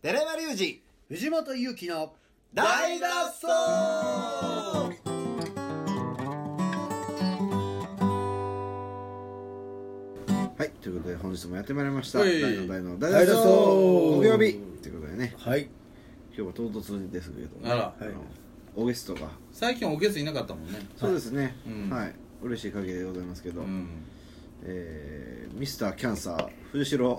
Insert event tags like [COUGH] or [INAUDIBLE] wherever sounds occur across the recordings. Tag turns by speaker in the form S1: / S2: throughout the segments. S1: 寺山隆
S2: 二藤本勇樹の
S1: 二大脱走
S3: はい、ということで本日もやってまいりました。
S1: は
S3: 大
S1: い
S3: の大の大
S2: 大
S3: 脱
S2: 脱
S3: 走
S2: 走
S3: 木曜日ということでね、
S2: はい
S3: 今日は唐突にですけど、ね、
S1: あら
S3: のオゲストが、
S1: 最近おけついなかったもんね
S3: そうですね、
S1: うん
S3: はい、嬉しい限りでございますけど、
S1: うん
S3: えーミスターキャンサー藤代
S4: はい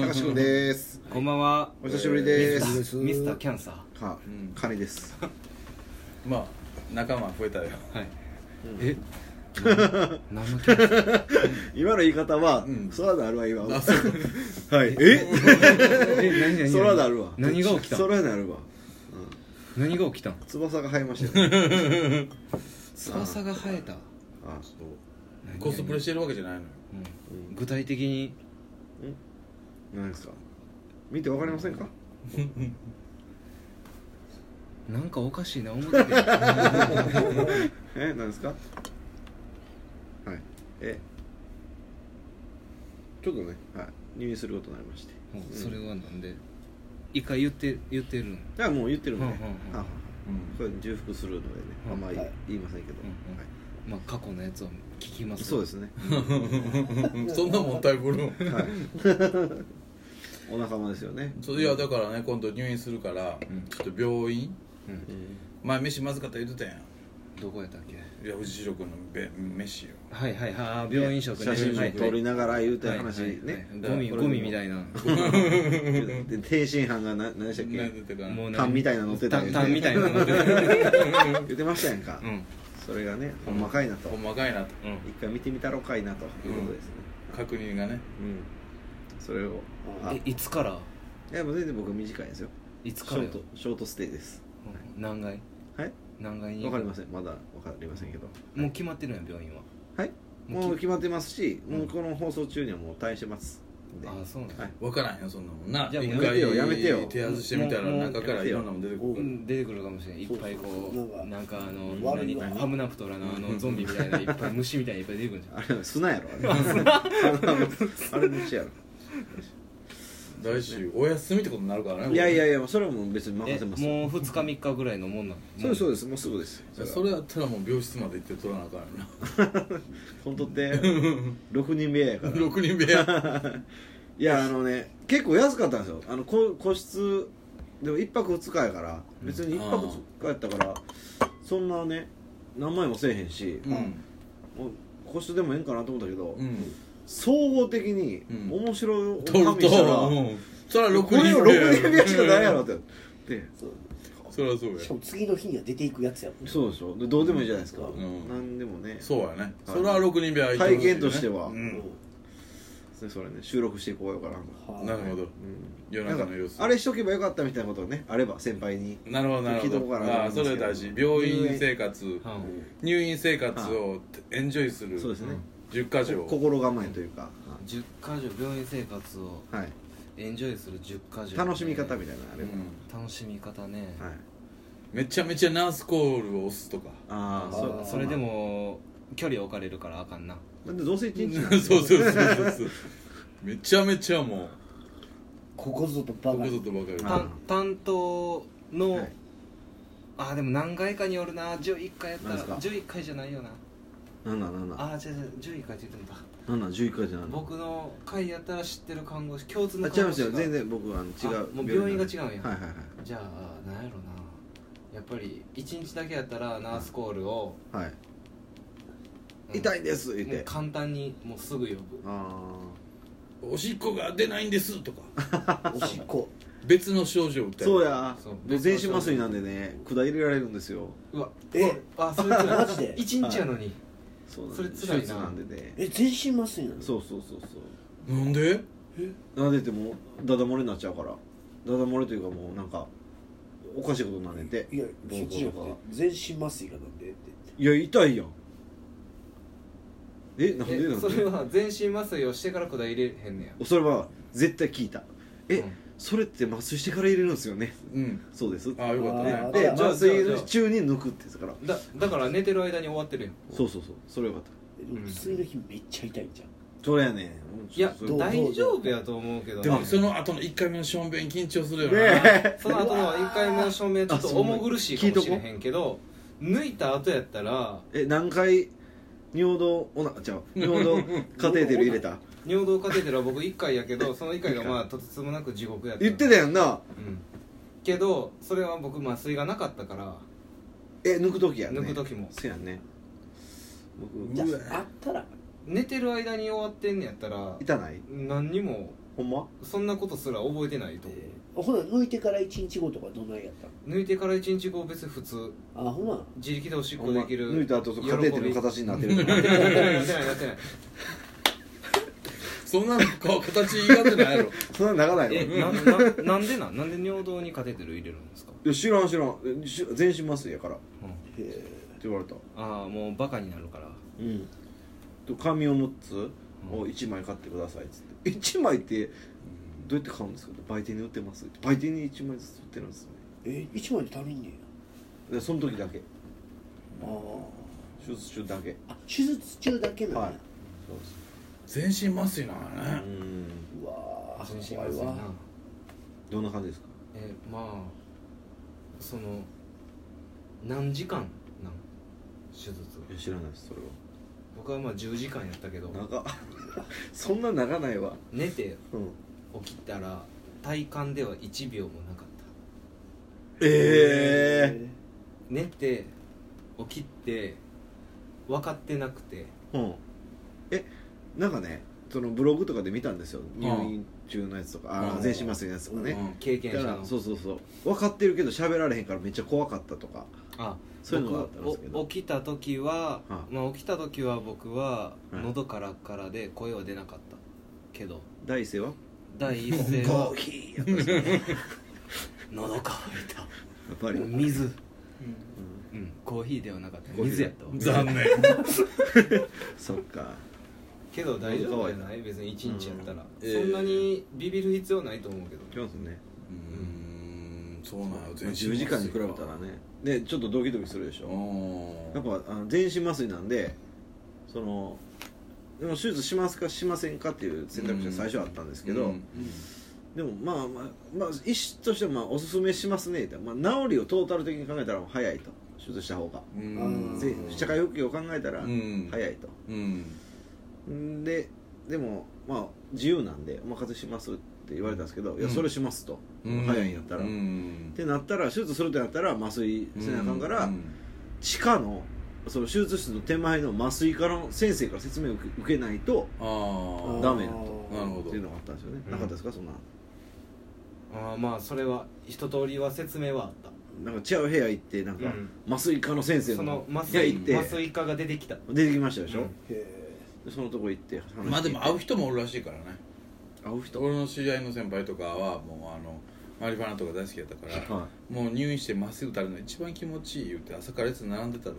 S3: 高志君です。
S4: こんばんは。
S3: お久しぶりで
S2: ミ
S3: す。
S2: ス
S4: ミスターキャンサ
S3: は
S1: うん、
S3: カニです。
S1: まあ仲間増え
S3: [LAUGHS]
S1: たよ
S4: ー。はい。え、 [LAUGHS] 何のキャンサー？
S3: 今の言い方は
S1: うん、
S3: 空だるわ今。はい、え、
S4: え、何何？
S3: 空だるわ。
S4: 何が起きたの？
S3: 空だるわ。
S4: 何が起きたの？
S3: 翼が生えましたよね。
S4: 翼が生えた。
S3: あ
S1: [LAUGHS]
S4: 何
S1: コスプレしてるわけじゃないのよ
S4: 何うん具体的に
S3: 何ですか見てわかりませんか
S4: なんかおかしいな思ってた
S3: え何ですかはいえちょっとね、はい、入院することになりまして
S4: けどうんそれはなんで？一回言って言ってるの。
S3: だからもう言ってるんで、
S4: うんうんうん
S3: あこれ重複するのでね、
S4: うん
S3: あんまり
S2: はい
S3: 言いませんけど、
S4: うんうん
S3: はい
S4: まあ過去のやつを聞きます。
S3: そうですね、
S1: うん [LAUGHS] そんなもんタイプるん
S3: はい、お仲間ですよね、
S1: そういやだからね今度入院するから、
S4: うん
S1: ちょっと病院
S4: うん。
S1: 前飯まずかった言うてたやん
S4: どこやったっけ？
S1: いや藤代君のべ飯よ
S4: はいはいはい。病院食ね。
S3: 写真
S4: は
S3: も
S4: い
S3: 撮りながら言うて
S4: はい
S3: る話ね、
S4: はいはいゴミゴミみたいな。
S3: で天津飯がな何でしたっけ、
S1: なんていうかな
S4: うね
S3: [LAUGHS] タンみたいなの乗ってた
S4: タ
S3: よね
S4: ンタンみたいなの乗ってた。 [LAUGHS]
S3: 言ってましたやんか、
S4: うん。
S3: それがねほんまかいなと、
S1: ほんまかいなと
S4: うん。
S3: 一回見てみたろかいなということですね、
S1: 確認がね
S3: うん、それをあ
S4: えいつから
S3: いやもう全然僕短いですよ
S4: いつ
S3: シ
S4: から
S3: ョー
S4: よ
S3: トショートステイです
S4: うん何階
S3: はい
S4: 何階に
S3: わかり
S4: ま
S3: ませんまだわかりませんけど
S4: もう決まってるんや病院は
S3: はい
S4: もう
S3: もう決まってますし、
S4: うん
S3: もうこの放送中にはもう退院してますんで
S4: ああそうなんや
S3: はい
S1: 分からんよそんなもんな
S4: じゃあ
S1: 一
S4: もうや
S3: めてよ
S1: 回
S3: やめてよ
S1: 手外してみたら
S4: もうもう
S1: 中からいろんなもん出てくる
S4: う
S1: から
S4: ん出てくるかもしれんいっぱいこ
S2: そうそう
S4: うなんかあの
S2: 悪
S4: 何
S2: い
S4: ハムナプトラのあのゾンビみたいないっ
S3: [LAUGHS]
S4: ぱい虫みたいにいっぱい出てくるんじゃん
S3: あれ砂やろあれあれ虫やろ
S1: 来週お休みってことになるからね
S3: いやいやいやそれはもう別に任せます
S4: もう2日3日ぐらいのもんなの
S3: そうですそう
S4: う
S3: ですもうすぐです
S1: じゃあそれやったらもう病室まで行って取らなあかんよ [LAUGHS] な
S3: 本当って6人目やから
S1: 6人部屋
S3: いやあのね結構安かったんですよあの個個室でも1泊2日やから別に1泊2日やったから、そんなね何枚もせえへんし、
S1: うん
S3: もう個室でもええんかなと思ったけど、
S1: うん
S3: 総合的に
S1: うん
S3: 面白いを
S1: 取る
S3: したら、
S1: とうんそら6
S3: これ
S1: 人
S3: を
S1: 部屋
S3: 6人目しかないやろってで
S2: そう
S1: そらそうや
S2: しかも次の日には出ていくやつやもん
S3: そうでしょでどうでもいいじゃないですか、
S1: ん
S3: なんでもね
S1: そうやねそら6人部屋空い
S3: 体
S1: ほしいね
S3: 験としては、
S1: う
S2: うん
S1: ん
S3: でそれね収録していこうよかなと、
S2: はあ
S1: なるほど
S3: うん
S1: 夜中の様子
S3: あれしとけばよかったみたいなことがねあれば先輩に
S1: なるほどなる
S3: 聞いと
S1: ほ
S3: こうかな
S1: ど
S3: と
S1: ああ
S3: 思いますけ
S1: そ
S3: ど
S1: れ大事病院生活
S4: ん
S1: 入院生活をエンジョイする
S3: そうですね、
S1: 10か条
S3: 心構えというか、
S4: 10か条病院生活を
S3: はい、
S4: エンジョイする10か条
S3: 楽しみ方みたいなあ
S1: う
S3: れ、
S1: ん
S4: 楽しみ方ね
S3: はい、
S1: めちゃめちゃナースコールを押すとか
S3: ああ
S2: ー
S4: そそれでも距離置かれるからあかんな
S3: だってどうせ
S1: そ
S3: 一
S1: う
S3: 日 [LAUGHS] なん
S1: [LAUGHS] そうそうそうそうめちゃめちゃもう
S2: ここぞとば
S1: こ
S2: かり
S1: こぞとばかり
S3: あ
S4: 担担当の、
S3: はい
S4: あーでも何回かによるな11回やったら
S3: なんです
S4: 11回じゃないよな
S3: なんだなんだ
S4: ああ違う違う11回って言ってもだ
S3: なんだ11回じゃないの
S4: 僕の回やったら知ってる看護師共通
S3: あ
S4: の
S3: 違い
S4: 看護
S3: ます
S4: 師
S3: よ
S4: が
S3: 全然僕はあの違う
S4: あもう病院が
S3: なん
S4: 違う
S3: で
S4: んや
S3: はいはいはい
S4: じゃあ何やろなやっぱり1日だけやったらナースコールを、
S3: はい、
S4: うん
S3: 痛いんです言っ
S4: もう
S3: て
S4: 簡単にもうすぐ呼ぶ
S3: あ
S1: おしっこが出ないんですとか
S2: おしっこ
S1: 別の症状を訴える
S3: あそうや
S4: そう
S3: 僕全身麻酔なんでね管入れられるんですよ
S4: うわ
S2: え
S4: あそれつらい
S2: マジで
S4: 1日やのに、
S3: そうなん
S4: それ
S3: です
S4: 辛いな
S3: 手術なんでね
S2: え全身麻酔なの
S3: そうそうそうそ
S1: なんで
S3: う撫でてもダダ漏れになっちゃうからダダ漏れというかもうなんかおかしいことになんねんて
S2: いや
S3: 膀
S2: そっ
S3: 胱
S2: ちじゃな
S3: と
S2: く
S3: か
S2: て全身麻酔がなんでって
S3: いや痛いやんえなんでな
S4: え
S3: ん
S4: そ
S3: で
S4: れは全身麻酔をしてから管入れへんねや
S3: それは絶対聞いたえ、
S4: うん
S3: それって麻酔してから入れるんですよね
S1: うん
S3: そうです
S1: ああよかった
S2: あ
S1: ね
S2: ー
S3: で
S4: あじゃあ
S3: 麻酔中に抜くってですから
S4: だだから寝てる間に終わってるやん
S3: そうそうそうそれよかった
S2: えでも次の日めっちゃ痛いんじゃん
S3: そうそれやねん
S4: いや
S3: そ
S2: どう
S4: 大丈夫やと思うけど
S3: でも
S4: な
S1: その後の1回目のしょんべん緊張するよな、
S3: ね
S4: その後の1回目の照明ちょっと重苦しいかもしれへんけど抜いた後やったら
S3: え何回尿道おなちゃう尿道カテーテル入
S4: [LAUGHS]
S3: れた
S4: 尿道カテーテルは僕1回やけどその1回がまあとてつもなく地獄やった
S3: 言ってたやんな
S4: うんけどそれは僕麻酔がなかったから
S3: え抜く時やね
S4: 抜く時も
S3: せやね僕
S2: じゃ
S1: うわ
S2: ああったら
S4: 寝てる間に終わってんねやったら
S3: 痛ない
S4: 何にも
S3: ほんま
S4: そんなことすら覚えてないと思
S2: えーほな抜いてから1日後とかどんなんやった
S4: う抜いてから1日後別に普通
S2: あほな
S4: 自力でおしっ
S3: ほ
S4: こ
S3: んま
S4: できる
S3: 抜いた後とカテーテルの [LAUGHS] 形になってる
S4: やってないやってないやってない
S1: そんな顔形言いがってないやろ
S3: そんなんならない
S4: え
S3: の
S4: なななんでなんなんで尿道にカテーテル入れるんですか、
S3: いや知らん知らんえし全身麻酔やからって
S4: うん
S2: え
S3: 言われた
S4: ああもうバカになるから
S3: うんと紙を6つを1枚買ってくださいっつって1枚ってどうやって買うんですかって売店に売ってますって売店に1枚ずつ売ってるんですよね
S2: ー、え1枚で足りんねんや
S3: でその時だけ
S2: あ
S3: 手術中だけ
S2: ーあ手術中だけなんや、
S3: はいそうです
S1: 全身麻酔なの
S3: う
S1: ね、
S3: ん
S2: うわ
S4: 全
S2: ー
S4: 身
S2: 怖
S4: 麻
S2: い
S4: 酔な
S2: わ
S3: どんな感じですか
S4: えまあその何時間なん手術
S3: いや知らないですそれは
S4: 僕はまあ10時間やったけど
S3: 長っ [LAUGHS] そんな長ないわ
S4: 寝て
S3: うん
S4: 起きたら体感では1秒もなかった
S3: え
S4: 寝て起きて分かってなくて
S3: えうんえなんかねそのブログとかで見たんですよ入院中のやつとかあ
S1: う
S3: ー
S1: ん
S3: 全身麻酔のやつとか
S1: う
S3: ね
S1: ん
S4: 経
S3: だ
S4: 験
S3: か
S4: 者
S3: ら
S4: の
S3: そうそうそう分かってるけど喋られへんからめっちゃ怖かったとか
S4: あ
S3: そういうのがあったんですけ
S4: 僕お
S3: ど
S4: 起きた時は、
S3: は
S4: まあ、起きた時は僕は
S3: はい
S4: 喉からからで声は出なかったけど
S3: 第一声は
S4: 第一声は
S3: コーヒーやったんですよねや
S4: 喉乾いた
S3: っぱり、うん
S4: 水うんコーヒーではなかった
S3: コーヒー
S4: 水やったわ
S1: 残念
S3: [LAUGHS] そっか
S4: けど大丈夫じゃない別に1日やったら、
S1: うん
S4: そんなにビビる必要ないと思うけど、
S3: そうですね
S1: うーんそうなんよ全身麻酔
S3: 10時間に比べたらねでちょっとドキドキするでしょやっ
S1: う
S3: ぱあの全身麻酔なんでそのでも手術しますかしませんかっていう選択肢が最初はあったんですけど、
S1: うん
S3: でもまあまあ、まあ、医師としてもまあおすすめしますねって、まあ、治りをトータル的に考えたら早いと手術した方が、
S1: うん
S2: うん
S3: で社会復帰を考えたら
S1: うん
S3: 早いと、
S1: うん
S3: んででもまあ自由なんでお任せしますって言われたんですけど、いや
S1: うん
S3: それしますと、
S1: うん
S3: 早いんやったら、
S1: う
S3: っ
S1: ん
S3: てなったら手術するってなったら麻酔せなあかんから、
S1: うん
S3: 地下のその手術室の手前の麻酔科の先生から説明を受け受けないと
S1: あー
S3: ダメだと
S1: なるほ
S3: っていうのがあったんですよね、
S4: うん
S3: なかったですかそんな
S4: ああまあそれは一通りは説明はあった
S3: なんか違う部屋行ってなんか、
S4: うん
S3: 麻酔科の先生
S4: その麻
S3: 部屋
S4: 酔
S3: 行って
S4: 麻酔科が出てきた
S3: 出てきましたでしょ、
S4: うん
S2: へ
S3: でそのとこ行って話聞いて
S1: まあでも会う人もおるらしいからね
S3: 会う人
S1: 俺の知り合いの先輩とかはもうあのマリファナとか大好きやったから
S3: は
S1: もう入院して麻酔打たれるの一番気持ちいい言うて朝から列並んでたで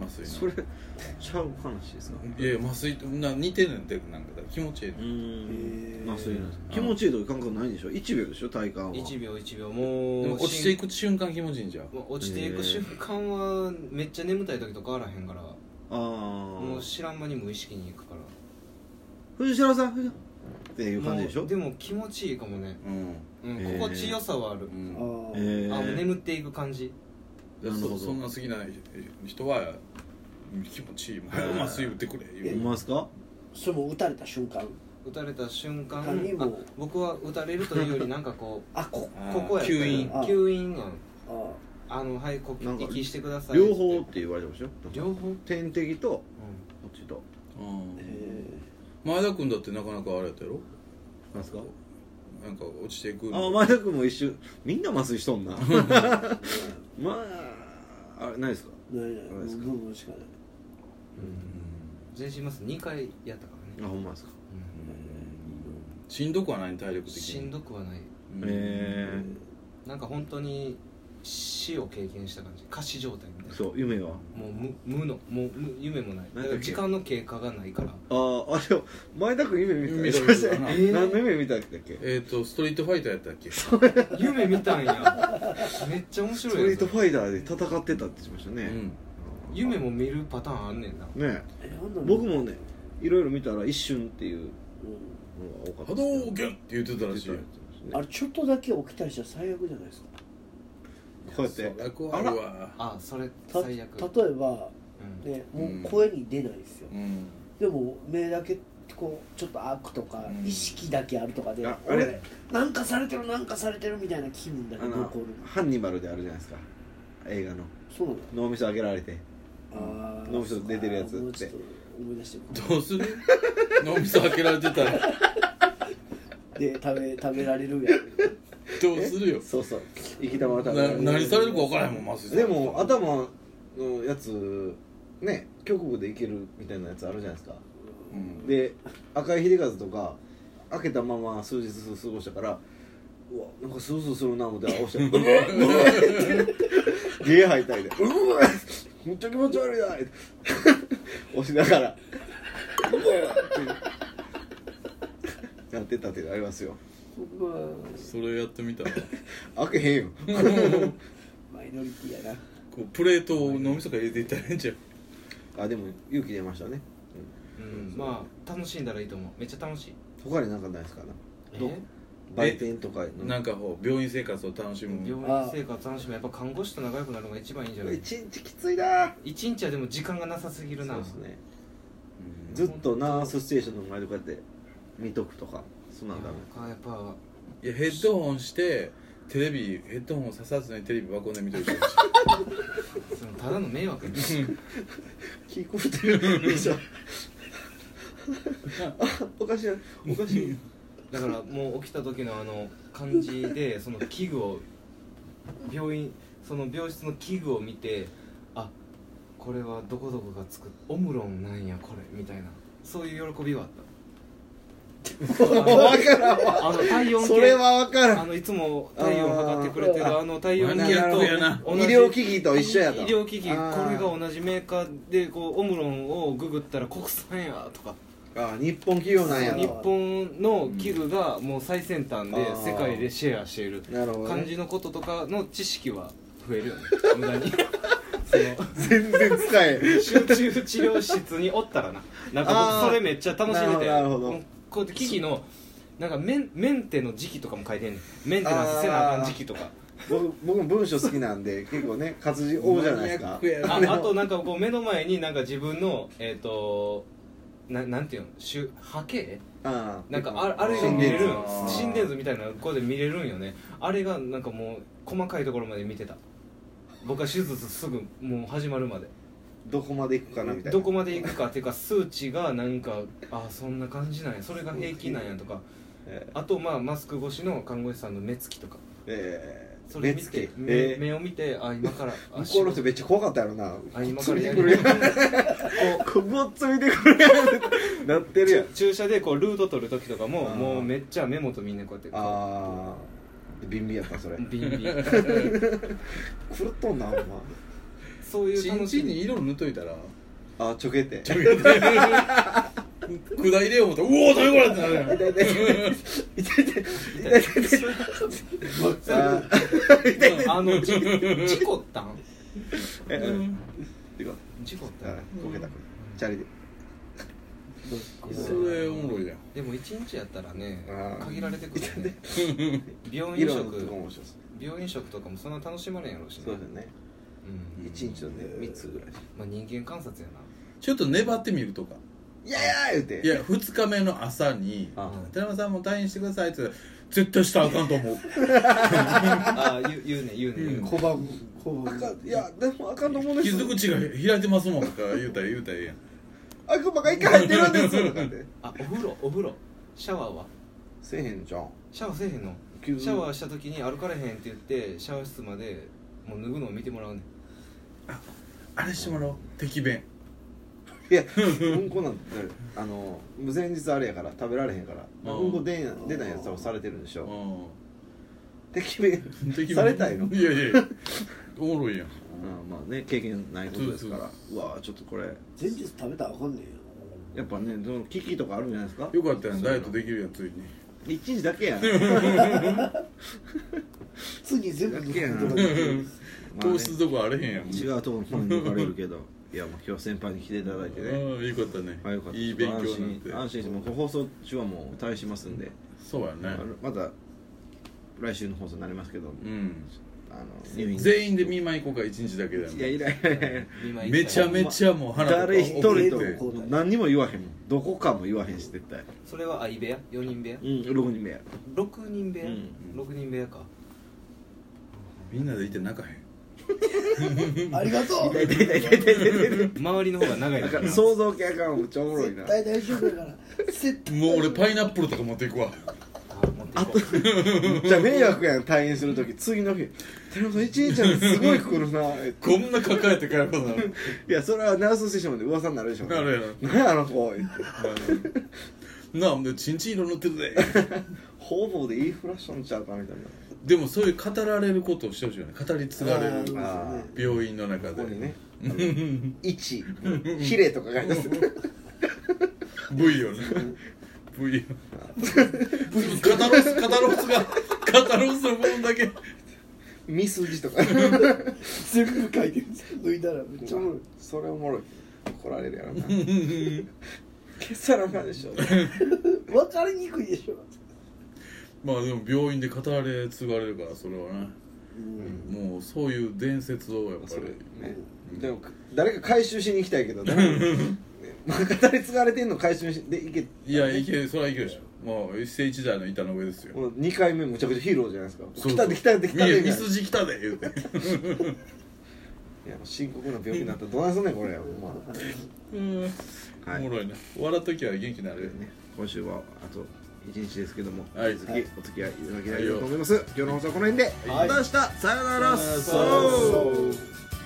S1: 麻酔の
S3: いそれちゃう話ですか
S1: いやいや麻酔ってな似てんねんってなんかだから気持ちいいね
S3: うー
S2: へ
S3: ん
S2: ー
S3: 麻酔なんです気持ちいいとか感覚ないでしょ1秒でしょ体感は
S4: 1秒1秒もう
S1: でも落ちていく瞬間気持ちいいんじゃん
S4: もう落ちていく瞬間はめっちゃ眠たい時とかあらへんから
S3: あ
S4: もう
S3: あ
S4: 知らん間に無意識に行くから
S3: 藤代さん藤代っていう感じでし
S4: も
S3: ょ
S4: うでも気持ちいいかもね、
S1: うん
S4: うん
S3: へー
S4: 心地よさはある
S1: う、
S2: え
S1: ん
S2: あー
S3: え
S4: あもう
S3: ー
S4: 眠っていく感じ
S1: で
S3: なるほ
S1: そ
S3: ど
S1: そんな好きな人は気持ちいいもう早く麻酔打ってくれ
S3: ほ
S1: 言
S3: ん
S1: う
S3: まですか
S2: それも打たれた瞬間
S4: 打たれた瞬間
S2: 他にも
S4: あ僕は打たれるというよりなんかこう
S2: あこ
S1: あー
S4: ここやった
S1: 吸引
S2: あ
S4: 吸引やん
S2: あー
S4: あのはい呼
S3: なんか
S4: 吸息してください
S3: 両方って言われてましたよ
S4: 両方
S3: 点滴とこっちと
S1: うん
S2: へ
S1: 前田君だってなかなかあれやったやろ
S3: なんすか
S1: なんか落ちていく
S3: あ前田君も一瞬みんな麻酔しとんな
S2: え
S3: [LAUGHS] まああれないですか
S2: ないない
S3: そう
S2: も
S3: で
S2: う
S3: すか
S2: 部分しかない
S4: 全身麻酔2回やったから
S3: あ
S4: ね、
S3: ほんまですか
S4: う
S1: うんしんどくはない体力
S4: ん
S1: 的に
S4: しんどくはない
S1: うん
S3: え
S4: なんか本当に死を経験した感じ仮死状態みたい
S3: ー
S4: な
S3: そう夢は
S4: もう無無のもう無夢もない
S3: な
S4: だ
S3: んだっけ
S4: から時間の経過がないから
S3: あーあでも前田君夢見た
S1: 見たことあるな
S3: えー [LAUGHS] 何の夢見たっけ
S1: えっとストリートファイターやったっけ
S4: 夢見たんやめっちゃ面白
S3: ス
S4: い
S3: トリート
S4: や
S3: ファイターで戦ってたってしましたね、
S1: うん
S4: 夢も見るパターンあんねんな
S3: ね
S2: えあんなの
S3: 僕もねいろいろ見たら一瞬っていう
S2: う
S3: のが多かった
S1: 波
S3: ですね
S1: 動拳って言ってたらしいよ
S2: んあれちょっとだけ起きたりしたら最悪じゃないですか
S3: こうやって
S1: そりゃ怖いわ
S4: あそれ
S2: た
S4: 最悪
S2: 例えば、
S4: うん
S2: ね、
S1: うん
S2: もう声に出ないですよ、
S1: うん
S2: でも目だけこうちょっと開くとか、
S1: うん
S2: 意識だけあるとかで
S3: ああれ
S2: 俺なんかされてるなんかされてるみたいな気分だけ
S3: あの
S2: 残る
S3: ハンニバルであるじゃないですか映画の
S2: そうなの
S3: 脳みそ上げられて
S2: あー
S3: 脳みそ出てるやつって
S2: もうちょっと思い出して
S1: どうする [LAUGHS] 脳みそ開けられてたら [LAUGHS]
S2: で食べ食べられるや
S1: どうするよ
S3: そうそう生き玉
S1: な
S3: 食べられる
S1: 何されるか分からへんもん麻酔さん
S3: でも頭のやつね局部でいけるみたいなやつあるじゃないですか
S1: うん
S3: で赤井秀和とか開けたまま数日過ごしたからうわなんかスースーするな思って青して「うわうわって [LAUGHS] ゲー吐いたりで「うわめっちゃ気持ち悪いな」って [LAUGHS] 押しながら「うわってやってたっていうのあります
S2: ん
S3: よ
S2: まあ
S1: それやってみたらこ
S3: 開けへんよ
S2: マイノリティやな
S1: うプレートを脳みそから入れていったらいいんじゃん
S3: あでも勇気出ましたね、
S4: うんまあ楽しんだらいいと思うめっちゃ楽しい
S3: うん、他になんかないですかな
S4: え
S3: ど売店とかの
S1: なんかこう病院生活を楽し
S4: 病
S1: む
S4: 院生活楽しみやっぱ看護師と仲良くなるのが一番いいんじゃない
S3: 一日きついな
S4: 一日はでも時間がなさすぎるな
S3: そうですね
S1: うん
S3: ずっとナースステーションの前でこうやって見とくとかそんなんダメ
S4: なんかやっぱ
S1: いやヘッドホンしてテレビヘッドホンをささずにテレビ箱で見とい [LAUGHS] てほしい
S4: そのただの迷惑や
S3: [LAUGHS] 聞こえてるでしょあおかしいなおかしい
S4: だからもう起きた時のあの感じでその器具を病院その病室の器具を見てあこれはどこどこが作っオムロンなんやこれみたいなそういう喜びはあった
S3: 分からんわ
S4: あの体温計
S3: [LAUGHS] それは分から
S4: あ
S3: ん
S4: のいつも体温測ってくれてる
S2: あー
S4: あの体温
S1: マニアックやな
S4: 同
S3: 医
S4: じ
S3: 療機器と一緒やと
S4: 医療機器これが
S3: あ
S4: 同じメーカーでこうオムロンをググったら国産やとか
S3: ーあー日本企業なんや
S4: 日
S3: と
S4: 本の器具がもう最先端
S3: あ
S4: で
S3: ー
S4: 世界でシェアしている
S3: なるほど
S4: 感
S3: ね
S4: じのこととかの知識は増えるよね無
S3: [LAUGHS]
S4: 駄に
S3: 全然使えへん
S4: 集中治療室におったらななんか
S3: あー
S4: 僕それめっちゃ楽しめて
S3: なるほどなるほど
S4: もうこうやって機器のなんかメンメンテの時期とかも書いてんねんメンテナンスせなあかん時期とか
S3: 僕僕も文章好きなんで結構ね活字多いじゃないです
S1: マニアッ
S3: か
S1: ク
S3: [LAUGHS]
S1: やな
S4: ああとなんかこう目の前になんか自分のえっ、とななんていうのしゅ波形
S3: あー
S4: なんかああれが見れるん
S1: あー
S4: 心電図みたいなここで見れるんよねあれがなんかもう細かいところまで見てた僕は手術すぐもう始まるまで
S3: どこまで行くかなみたいな
S4: どこまでいくかっていうか数値がなんかあそんな感じなんやそれが平均なんやとか
S3: え
S4: あとまあマスク越しの看護師さんの目つきとか
S3: ーえー
S4: それ
S3: 目
S4: 見
S3: つけ
S4: て目
S3: え
S4: 目を見てあ今から
S3: ー
S4: あ
S3: 向こうの人めっちゃ怖かったやろな
S4: あ今からや
S3: こ
S4: る
S3: れ
S4: よ
S3: こ
S4: こ
S3: こっついてくれやんなってるやん
S4: う注射でこうルート取る時とかも
S3: あー
S4: もうめっちゃメモとみんなこうやってこ
S3: ああビンビンやったそれ
S4: うビンビン
S3: [LAUGHS] 狂っとんなほんま
S4: そういう
S1: チン
S4: 楽
S1: チ
S4: し
S1: ンに
S4: み
S1: 色塗っといたら
S3: あーちょ
S1: [LAUGHS]
S3: けて
S1: 砕いれよう思ったらうおー食べこられってなるやん
S3: 痛い [LAUGHS] 痛い痛い痛い痛い痛い痛いあー [LAUGHS]
S4: あのじ事故ったん
S3: え
S1: う
S3: うん
S1: ん
S3: てか
S4: 事故った
S3: あ
S4: ん
S3: ーこけたこれチャリで
S1: それおもろいやん
S4: でも一日やったらね
S3: あー
S4: 限られてくるよね病院
S3: 色のとこ
S4: 食
S3: も面白いです
S4: 病院食とかもそんな楽しまれんやろうしね
S3: そうですよね
S4: うん
S3: 一日のね三つぐらい
S4: まあ、人間観
S3: [LAUGHS]
S4: 察やな
S1: ちょっと粘ってみるとか
S3: いやいや言うて
S1: いや2日目の朝に
S3: あ
S1: 「寺山さんも退院してください」って言ったら絶対したらあかんと思う
S4: あー言う言うね言うね言うね
S2: 小判小
S3: あか
S2: 判
S3: んいやでもあかんと思うんです
S1: 傷口が開いてますもんとか言うたら言うたらええやん
S3: 悪魔が一回入ってるんですとかって
S4: あお風呂お風呂シャワーは
S3: せえへんじゃん
S4: シャワーせえへんのシ
S3: 傷
S4: ャワーした時に歩かれへんって言ってシャワー室までもう脱ぐのを見てもらうねん
S1: あれしてもらおう敵弁 [LAUGHS]
S3: いやうんこなんてあの前日あれやから食べられへんから
S1: うん
S3: うんこ出ん出ないやつをされてるんでし
S1: う
S3: ょ
S1: ん
S3: てきめ
S1: 敵弁
S3: されたい
S1: [LAUGHS]
S3: の
S1: いやいやいやおもろいやん
S3: うんまあね経験ないことですからうわちょっとこれ
S2: 前日食べたらあかんねんよ
S3: やっぱねその危機とかあるんじゃないですか
S1: よかったやん
S3: そう
S1: ダイエ
S3: い
S1: ッ
S3: うの
S1: トできるやんついに
S3: 一日だけや
S1: [LAUGHS]
S3: ん
S2: 次全部
S3: だけやな
S2: うん
S1: 糖質とかあれへんやん
S3: 違うところに抜かれるけどいやもう今日は先輩に来ていただいてね
S1: うんよかったね
S3: あよかった
S1: いい勉強に
S3: 安心
S1: なっ
S3: 安
S1: て
S3: 心してもう放送中はもう対しますんで、
S1: そうやね
S3: また来週の放送になりますけど
S1: うん
S3: あの入院
S1: 全員で見舞い行こうか一日だけでも
S3: いやいやいやいや
S1: めちゃめちゃもう花とか
S3: 誰一人
S1: 送っ
S3: と
S1: て
S3: こう何にも言わへんもんどこかも言わへんし絶対
S4: それは相部屋4人部屋
S3: うん6人目や
S4: 6人部屋、
S3: うん
S4: 六人部屋か
S1: みんなでいて泣かへん
S2: ありがとう
S3: 痛い痛い痛い痛い痛い痛い
S4: 周りの方が長い
S3: だ
S4: だ
S3: か
S4: からら
S3: 想像系あかんめっちゃおもろいな
S2: 絶対大丈夫だから [LAUGHS] 絶対
S1: もう俺パイナップルとか持っていくわ
S4: あ持っていこう
S3: じゃあ迷惑やん退院する時次の日「寺本さん一日ちゃんすごい来るな」い
S1: こんな抱えて帰ろうな
S3: やそれはナースステーションで噂になるでしょ
S1: なる
S3: 何やあの子
S1: やろなあチンチン色塗ってるで
S3: 方々で言いふらしとんちゃうかみたいな
S1: でもそういう語られることをしてほしいよね語り継がれ
S2: あーそうです
S1: る
S2: ね
S3: あ
S1: 病院の中で
S3: ここにね「あの一」「ヒレ」とか書いてます
S1: V よね V よカタロスカタロスがカタロスの分だけ
S3: 「ミスジ」とか
S2: 全部書いてる抜いたらめっちゃおもろい
S3: それおもろい怒られるやろな [LAUGHS] 消さなあかんでしょ
S2: 分かりにくいでしょ
S1: まあでも病院で語られ継がれるからそれはね
S2: うん
S1: もうそういう伝説をやっぱ
S3: それ
S1: り
S3: ねでも誰か回収しに行きたいけど誰もねまあ語り継がれてんの回収しで行け
S1: いやいけるそれはいけるでしょもう一世一代の板の上ですよ
S3: もう2回目むちゃくちゃヒーローじゃないですか
S1: そうそう
S3: 来たで来たで来た
S1: 見え
S3: でみ
S1: ミ
S3: たいな
S1: スジ来たで言うて
S3: いやもう深刻な病気になったらどうなんすんねんこれほんま
S1: [LAUGHS] うん、
S3: はい
S1: [LAUGHS] おもろいね笑う時は元気になるよね
S3: ね今週はあと1日ですけども
S1: はい
S3: 引き続きお付き合いいただきたいと思います今日の放送はこの辺で
S2: はい
S3: また明日さよなら
S1: さよなら
S3: そう
S2: そう